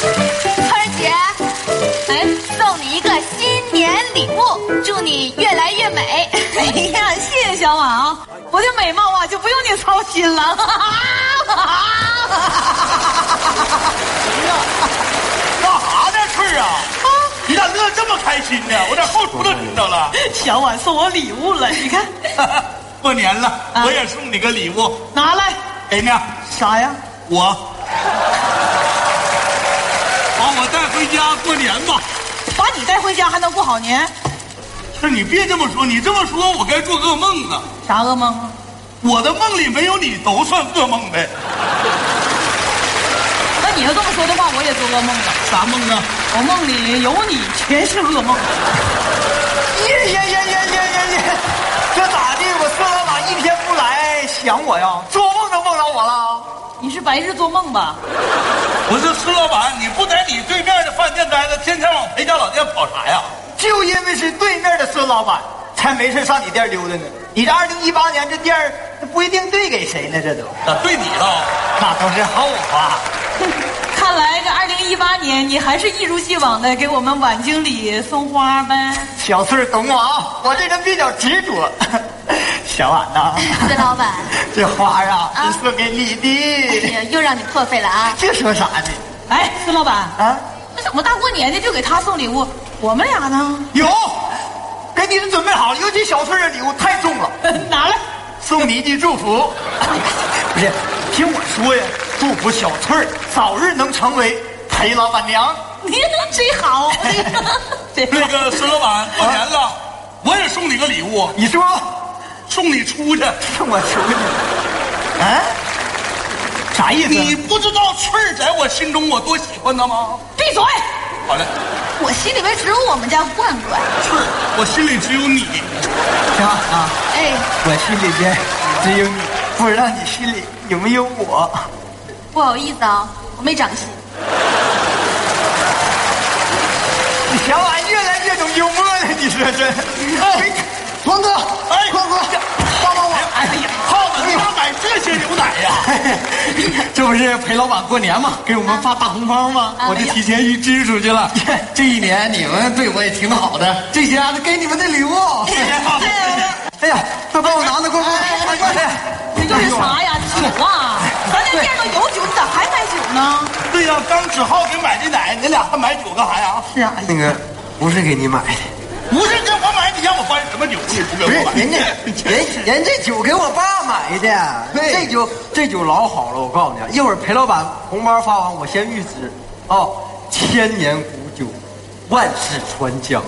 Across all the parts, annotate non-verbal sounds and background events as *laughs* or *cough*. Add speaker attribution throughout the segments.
Speaker 1: 春儿姐，哎，送你一个新年礼物，祝你越来越美。
Speaker 2: 哎呀，谢谢小马啊，我的美貌啊就不用你操心了。 *laughs*
Speaker 3: 干啥呢，翠儿啊？你咋乐这么开心呢？我在后厨都听着了。 *laughs*
Speaker 2: 小婉送我礼物了，你看，
Speaker 3: 过年了，
Speaker 2: 啊
Speaker 3: 我也送你个礼物，
Speaker 2: 拿来，
Speaker 3: 给你啊，
Speaker 2: 啥呀？
Speaker 3: 我把我带回家过年吧。
Speaker 2: 把你带回家还能过好年？
Speaker 3: 翠儿，你别这么说，你这么说我该做噩梦啊！
Speaker 2: 啥噩梦啊？
Speaker 3: 我的梦里没有你都算噩梦呗。
Speaker 2: 那你要这么说的话，我也做噩梦了。
Speaker 3: 啥梦啊？
Speaker 2: 我梦里有你，全是噩梦。
Speaker 4: 耶耶耶耶耶耶耶！这咋的？我色老板一天不来想我呀，做梦都梦着我了。
Speaker 2: 你是白日做梦吧？
Speaker 3: 不是孙老板，你不在你对面的饭店待着，天天往陪家老店跑啥呀？
Speaker 4: 就因为是对面的孙老板，才没事上你店溜达呢。你这二零一八年这店儿这不一定对给谁呢，这都
Speaker 3: 咋对你了？
Speaker 4: 那都是后话。
Speaker 2: 看来这二零一八年你还是一如既往的给我们晚经理送花呗。
Speaker 4: 小翠儿懂我啊，我这人比较执着。 *laughs* 小婉呐、
Speaker 1: 孙老板，
Speaker 4: 这花儿啊，
Speaker 1: 啊
Speaker 4: 是送给你
Speaker 1: 哎
Speaker 4: 的。
Speaker 1: 呀，又让你破费了啊！
Speaker 4: 这说啥呢？
Speaker 2: 哎，孙老板，
Speaker 4: 啊，
Speaker 2: 那怎么大过年的就给他送礼物？我们俩呢？ *laughs*
Speaker 4: 有，给你们准备好了，尤其小翠儿的礼物太重了。
Speaker 2: 拿来，
Speaker 4: 送你一句祝福。 *laughs* 不是，听我说呀，祝福小翠儿早日能成为裴老板娘。
Speaker 2: 你真好。对
Speaker 3: 那个孙老板，过年了，我也送你个礼物，
Speaker 4: 你说
Speaker 3: 送你出去。
Speaker 4: 送我出去？啊？啥意
Speaker 3: 你
Speaker 4: 思？
Speaker 3: 不知道翠儿在我心中我多喜欢她吗？
Speaker 2: 闭嘴！
Speaker 3: 好嘞，
Speaker 1: 我心里边只有我们家罐罐。
Speaker 3: 翠儿，我心里只有你。
Speaker 4: 小婉啊，
Speaker 1: 哎，
Speaker 4: 我心里边只有你，不知道你心里有没有我。
Speaker 1: 不好意思啊，我没长心。
Speaker 4: 你小婉越来越懂幽默了，你说这？哎，王哥，
Speaker 3: 哎
Speaker 4: 王哥，帮帮我！
Speaker 3: 哎呀，耗子，他买这些牛奶呀？
Speaker 5: *laughs* 这不是裴老板过年嘛，给我们发大红包吗？
Speaker 1: 啊
Speaker 5: 我就提前预支出去
Speaker 2: *laughs*
Speaker 5: 了。这一年你们对我也挺好的，这些啊都给你们的礼
Speaker 2: *laughs*
Speaker 5: 物。
Speaker 4: 哎呀，快帮我拿拿，快快快快快！
Speaker 2: 哎这又是啥呀？酒啊！咱这店都有酒，你咋还买酒呢？
Speaker 3: 对呀，刚指浩给买的奶，你俩还买酒干啥呀？
Speaker 5: 哎
Speaker 4: 是啊，
Speaker 5: 那个不是给你买的，
Speaker 3: 不是跟我买，你让我翻什么酒？你不给
Speaker 4: 不是
Speaker 3: 我买？
Speaker 6: *laughs*
Speaker 4: 人家人人这酒给我爸买的，
Speaker 5: 这
Speaker 4: 这酒
Speaker 5: 酒这酒老好了，我告诉你，啊一会儿裴老板红包发完，我先预支。哦，千年古酒，万世传香，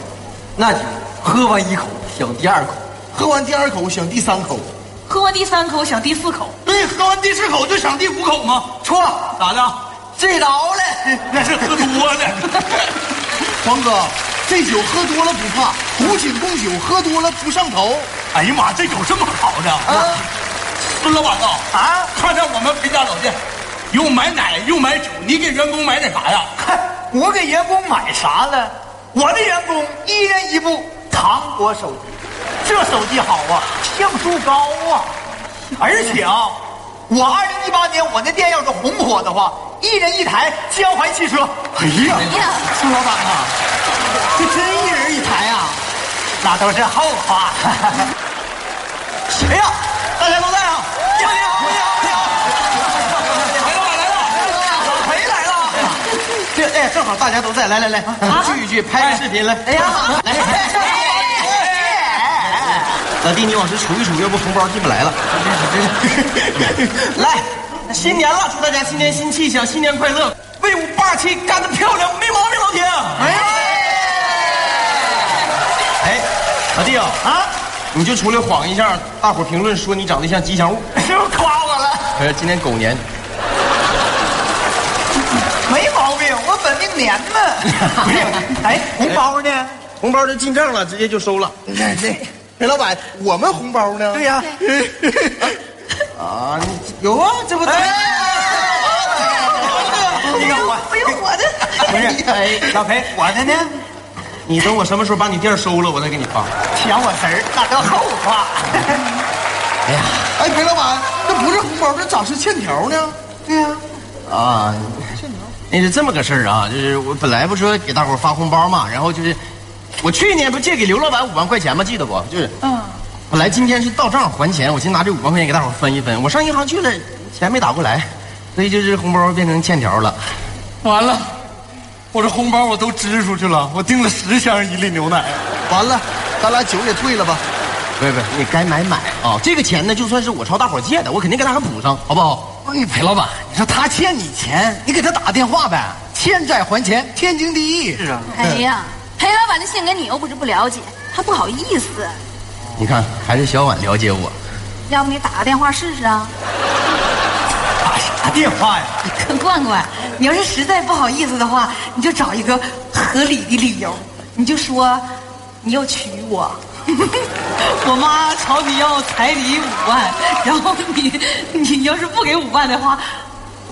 Speaker 5: 那酒喝完一口想第二口，
Speaker 6: 喝完第二口想第三口，
Speaker 2: 喝完第三口想第四口，
Speaker 3: 对，喝完第四口就想第五口吗？
Speaker 5: *laughs* 错，
Speaker 3: 咋的？
Speaker 5: 睡着了。
Speaker 3: 那是喝多
Speaker 4: *laughs*
Speaker 3: 了。
Speaker 6: 黄哥，这酒喝多了不怕，无醒供酒喝多了不上头。
Speaker 3: 哎呀妈，这酒这么好呢！啊，孙老板呐，啊，看在我们裴家老店，又买奶又买酒，你给员工买点啥呀？
Speaker 4: 我给员工买啥了？我的员工一人一部糖果手机，这手机好啊，像素高啊，而且啊，我二零一八年我那店要是红火的话，一人一台江淮汽车。哎呀，
Speaker 1: 哎呀，
Speaker 4: 孙老板啊，这真一人一台啊？那都是后话。 *laughs* 谁呀、大家都在啊！你好，你好，你好，你好。哎
Speaker 3: 裴老板来了，
Speaker 4: 老裴来了，
Speaker 5: 这哎，正好大家都在，来来来，聚一聚，拍个视频来。哎呀，来，老弟，你往这数一数，要不红包进不来了。来，新年了，祝大家新年新气象，新年快乐，威武霸气，干得漂亮，没毛病，老铁。哎，老弟啊，
Speaker 4: 啊，
Speaker 5: 你就出来晃一下，大伙评论说你长得像吉祥物。
Speaker 4: 是不是夸我了？
Speaker 5: 可是今年狗年，
Speaker 4: 没毛病，我本命年嘛。不是，哎，红包呢？
Speaker 5: 红包就进账了，直接就收了。
Speaker 3: 哎
Speaker 6: 裴老板，我们红包呢？
Speaker 4: 对呀、
Speaker 5: 啊，你有啊，这不。
Speaker 4: 那个我，哎呦我的，不是，老裴，我的呢？
Speaker 5: 你等我什么时候把你店收了，我再给你发。
Speaker 4: 抢我词儿，那都后话。
Speaker 6: 哎，裴老板，这不是红包，这咋是欠条呢？
Speaker 5: 对呀、
Speaker 6: 啊，那是这么个事儿啊，就是我本来不说给大伙儿发红包嘛，然后就是我去年不借给刘老板五万块钱吗？记得不？就是
Speaker 2: 嗯，
Speaker 6: 本来今天是到账还钱，我先拿这五万块钱给大伙儿分一分。我上银行去了，钱没打过来，所以就是红包变成欠条了。
Speaker 3: 完了，我这红包我都支出去了，我订了十箱一粒牛奶。
Speaker 5: 完了，咱俩酒也退了吧。
Speaker 6: 不是不是，你该买买啊！这个钱呢，就算是我朝大伙儿借的，我肯定给大伙儿补上，好不好？
Speaker 7: 不是你哎裴老板，你说他欠你钱，你给他打个电话呗，欠债还钱，天经地义。是啊，
Speaker 1: 哎呀，裴老板的性格你又不是不了解，他不好意思，
Speaker 6: 你看，还是小婉了解我。
Speaker 1: 要不你打个电话试试啊？
Speaker 4: 打啥电话呀？
Speaker 2: 罐罐，你要是实在不好意思的话，你就找一个合理的理由，你就说你要娶我。 *laughs* 我妈朝你要彩礼五万，然后你你要是不给五万的话，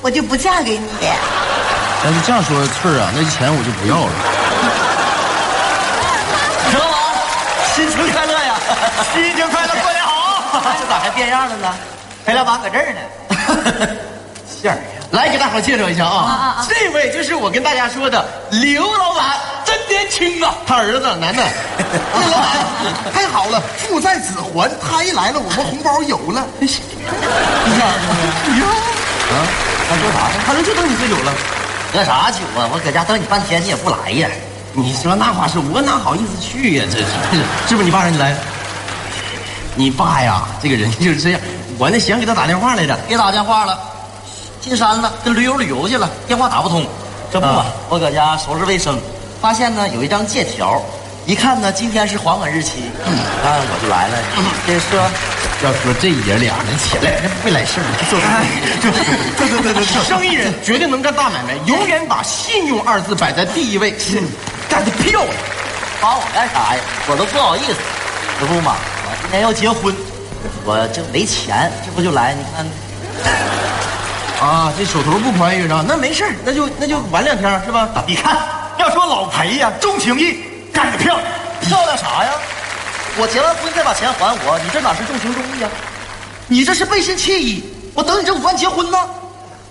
Speaker 2: 我就不嫁给你。
Speaker 6: 要是这样说，翠儿啊，那钱我就不要了。
Speaker 7: 知道吗？新春快乐呀！
Speaker 4: 新年快乐，过年好！
Speaker 7: 这咋还变样了呢？
Speaker 4: 裴老板搁这儿呢。馅儿
Speaker 6: 来，给大伙儿介绍一下啊，这位就是我跟大家说的刘老板，真年轻啊，他儿子楠楠，
Speaker 7: 老板，太好了，父债子还，他一来了，我们红包有了。
Speaker 6: 哎啊他说啥呢？他说就等你喝酒了，喝啥酒啊？我搁家等你半天，你也不来呀。你说那话是我哪好意思去呀、这是 *laughs* 是不是你爸让你来？你爸呀，这个人就是这样。我那想给他打电话来着，别打电话了，进山了，跟驴友旅游去了，电话打不通。这不啊，我搁家收拾卫生，发现呢有一张借条，一看呢今天是还我日期，当然我就来了。这说，要说这爷俩人起来，这不会来事儿。就是
Speaker 7: 对对对对对，
Speaker 6: 生意人绝对能干大买卖，永远把信用二字摆在第一位，干得漂亮。
Speaker 8: 帮我干啥呀？我都不好意思。这不嘛，我今天要结婚，我这没钱，这不就来？你看，
Speaker 6: 啊，这手头不宽裕啊，那没事儿那就那就晚两天是吧？
Speaker 4: 你看，要说老裴呀，重情义，干得漂亮。
Speaker 8: 漂亮啥呀？我结完婚再把钱还我，你这哪是重情重义啊？你这是背信弃义！我等你这五万结婚呢。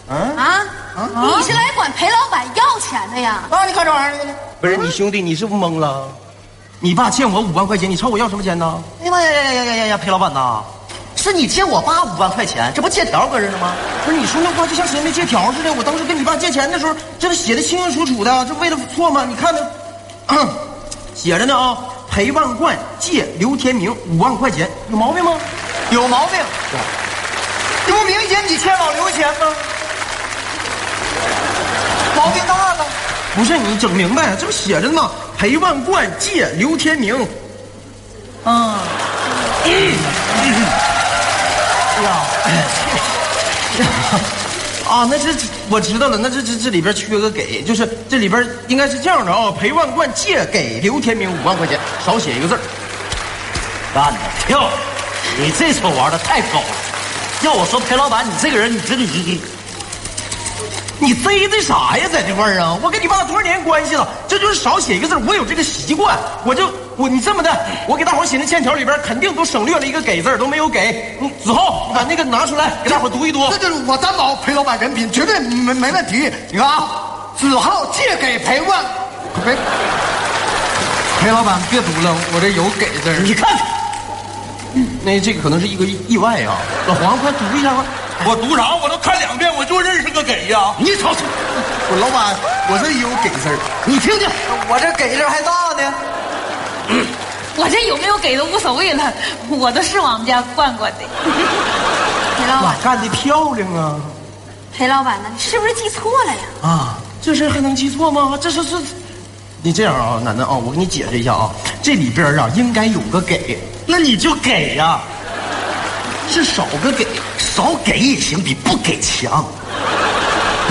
Speaker 1: 啊，你是来管裴老板要钱的呀？
Speaker 8: 啊，你干这玩意儿去了？
Speaker 6: 不是你兄弟，你是不是懵了？你爸欠我五万块钱，你朝我要什么钱呢？
Speaker 8: 哎呀妈呀呀呀呀呀呀！裴老板呐，是你借我爸五万块钱，这不借条搁这呢吗？
Speaker 6: 不是你说那话就像谁没借条似的。我当时跟你爸借钱的时候，这不写的清清楚楚的，这为了错吗？你看
Speaker 3: *clears throat*
Speaker 6: 那，写着呢啊，裴万贯借刘天明五万块钱，有毛病吗？
Speaker 4: 有毛病，这不明显你欠老刘钱吗？毛病大了。
Speaker 6: 不是你整明白，这不写着呢吗？裴万贯借刘天明。啊，那是我知道了，那这这这里边缺个给，就是这里边应该是这样的啊、裴万贯借给刘天明五万块钱，少写一个字儿
Speaker 8: 干得漂亮！你这手玩的太高了。要我说，裴老板，你这个人，你这个你你
Speaker 6: 你贼的啥呀，在这块儿啊？我跟你爸多少年关系了，这就是少写一个字儿，我有这个习惯，我就我你这么的，我给大伙儿写那欠条里边肯定都省略了一个给字儿，都没有给。你子浩，你把那个拿出来给大伙儿读一读。
Speaker 7: 这就是我担保裴老板人品绝对没没问题。你看啊，子浩借给裴万，裴
Speaker 8: 哎
Speaker 5: 裴老板别读了，我这有给字儿。
Speaker 6: 你看看，那这个可能是一个意意外啊。老黄，快读一下吧。
Speaker 3: 我读啥？我都看两遍，我就认识个给呀、
Speaker 7: 你瞅瞅，
Speaker 6: 我老板，我这也有给字儿，
Speaker 7: 你听听，
Speaker 5: 我这给字儿还大呢。
Speaker 2: 我这有没有给都无所谓了，我都是我们家罐罐的。
Speaker 1: 裴老
Speaker 6: 哇
Speaker 1: 板，，
Speaker 6: 干得漂亮啊！
Speaker 1: 裴老板呢？你是不是记错了呀？
Speaker 6: 啊，这事儿还能记错吗？这是是，你这样啊，楠楠啊，我给你解释一下啊，这里边啊应该有个给，
Speaker 7: 那你就给呀、
Speaker 6: 是少个给，
Speaker 7: 少给也行，比不给强。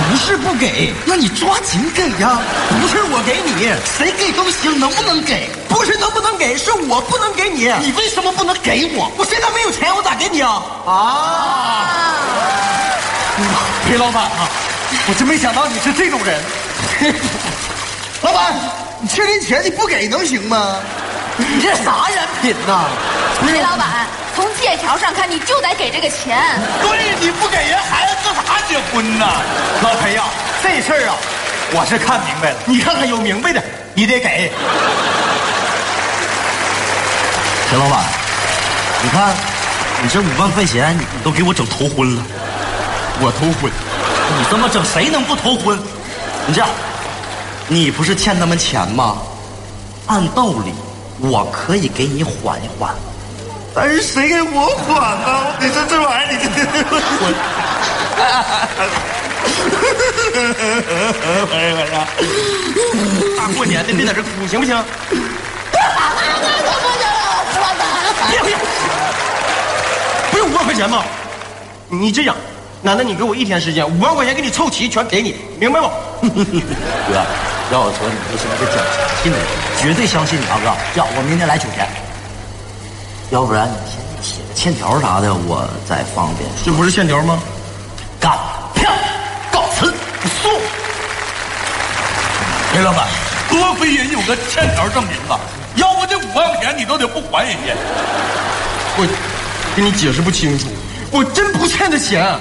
Speaker 6: 不是不给，
Speaker 7: 那你抓紧给呀、
Speaker 6: 不是我给你，
Speaker 7: 谁给都行，能不能给？
Speaker 6: 不是能不能给，是我不能给你。
Speaker 7: 你为什么不能给我？
Speaker 6: 我现在没有钱，我咋给你啊？
Speaker 7: 啊
Speaker 6: 哎
Speaker 7: 裴老板啊，我真没想到你是这种人。 *laughs* 老板，你欠人钱你不给能行吗？
Speaker 5: 你这啥人品呐？
Speaker 1: 裴老板，从借条上看，你就得给这个钱。
Speaker 3: 对，你不给人孩子干啥结婚
Speaker 9: 心
Speaker 3: 呢？
Speaker 9: 呐！
Speaker 10: 老裴呀、这事儿啊，我是看明白了。你看看有明白的，你得给。
Speaker 3: 陈老板，你看，你这五万块钱你都给我整头昏了，我头昏，你这么整谁能不头昏？你这样，你不是欠他们钱吗？按道理我可以给你缓一缓，
Speaker 11: 但是谁给我管呢？你说这玩意儿，你
Speaker 9: *laughs*
Speaker 11: 这
Speaker 3: 大过年的别在这哭行不行？别别，不是五万块钱吗？你这样，难道你给我一天时间，五万块钱给你凑齐，全给你，明白吗？哥，要我说，你这是不是讲信的？绝对相信你啊，哥！这样，我明天来取钱。要不然你先写个欠条啥的，我再方便。这不是欠条吗？干票告辞，哎送。
Speaker 9: 裴老板，多亏人有个欠条证明啊，要不这五万块钱你都得不还人家。
Speaker 4: 我跟你解释不清楚，我真不欠他钱。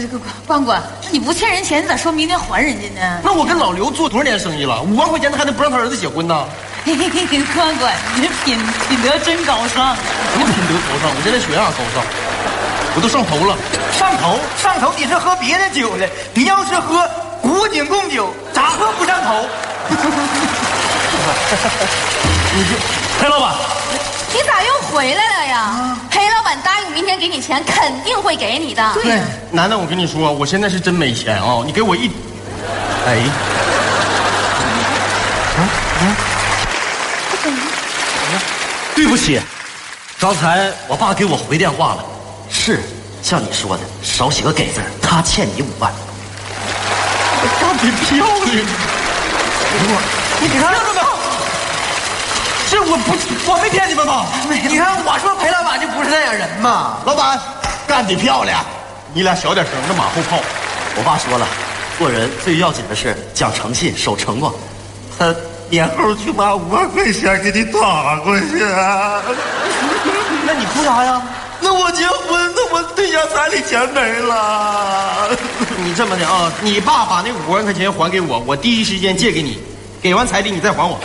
Speaker 2: 这个关关，那你不欠人钱，你咋说明天还人家呢？ *laughs*
Speaker 4: 那我跟老刘做多少年生意了？五万块钱他还能不让他儿子结婚呢？
Speaker 2: 嘿嘿嘿，关关，你这品品德真高尚。啊
Speaker 4: 什么品德高尚？我这人血
Speaker 3: 啊
Speaker 4: 压高尚，我都上头
Speaker 9: *laughs*
Speaker 4: 了。
Speaker 10: 上头上头，你是喝别的酒了。你要是喝古井贡酒，咋喝不上头？
Speaker 3: 裴老板，
Speaker 1: 你咋又回来了呀？裴老板答应明天给你钱，肯定会给你的。
Speaker 4: 对，楠楠，我跟你说，我现在是真没钱啊、
Speaker 3: 哦
Speaker 4: 你给我一，哎，
Speaker 3: 啊对不起，刚才我爸给我回电话了，是像你说的，少写个给字儿，他欠你五万。
Speaker 4: 大嘴漂亮。
Speaker 10: 你看看
Speaker 4: 哦
Speaker 10: 吧，
Speaker 4: 是我不，我没骗你们吧？
Speaker 10: 你看我说裴老板就不是那样人嘛。
Speaker 3: 老板，干得漂亮！你俩小点声，这马后炮。我爸说了，做人最要紧的是讲诚信，守承诺。他
Speaker 11: 年后去把五万块钱给你打过去、
Speaker 3: *laughs*
Speaker 11: 啊。
Speaker 10: 那你哭啥呀？
Speaker 11: 那我结婚，那我对象彩礼钱没了。
Speaker 4: *laughs* 你这么的啊，你爸把那五万块钱还给我，我第一时间借给你，给完彩礼你再还我。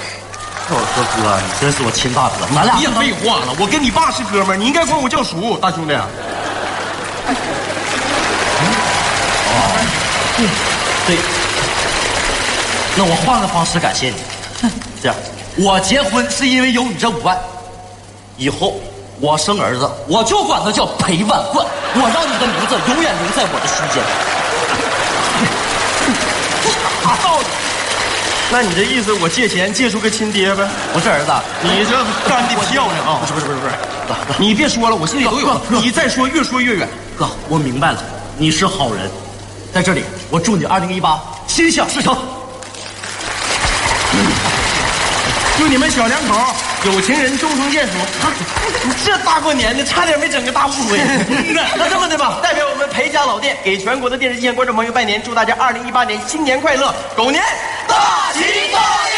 Speaker 3: 跟 *laughs* 我说哥，你真是我亲大哥，咱俩
Speaker 4: 别废话了，我跟你爸是哥们儿，你应该管我叫叔，大兄弟。啊
Speaker 3: 对。那我换个方式感谢你，这样，我结婚是因为有你这五万，以后我生儿子，我就管他叫裴万贯，我让你的名字永远留在我的心间。 *laughs*
Speaker 4: 啊，道理。那你这意思，我借钱借出个亲爹呗？
Speaker 3: 不是儿子，啊
Speaker 4: 你这干的漂亮啊！不是不是不是不是，你别说了，我心里都有。你再说越说越远。
Speaker 3: 哥，我明白了，你是好人，在这里我祝你二零一八心想事成。
Speaker 4: 就你们小两口，有情人终成眷属。这大过年的，差点没整个大误 *laughs* 会。那这么的吧，代表我们裴家老店给全国的电视机前观众朋友拜年，祝大家二零一八年新年快乐，狗年大吉大利。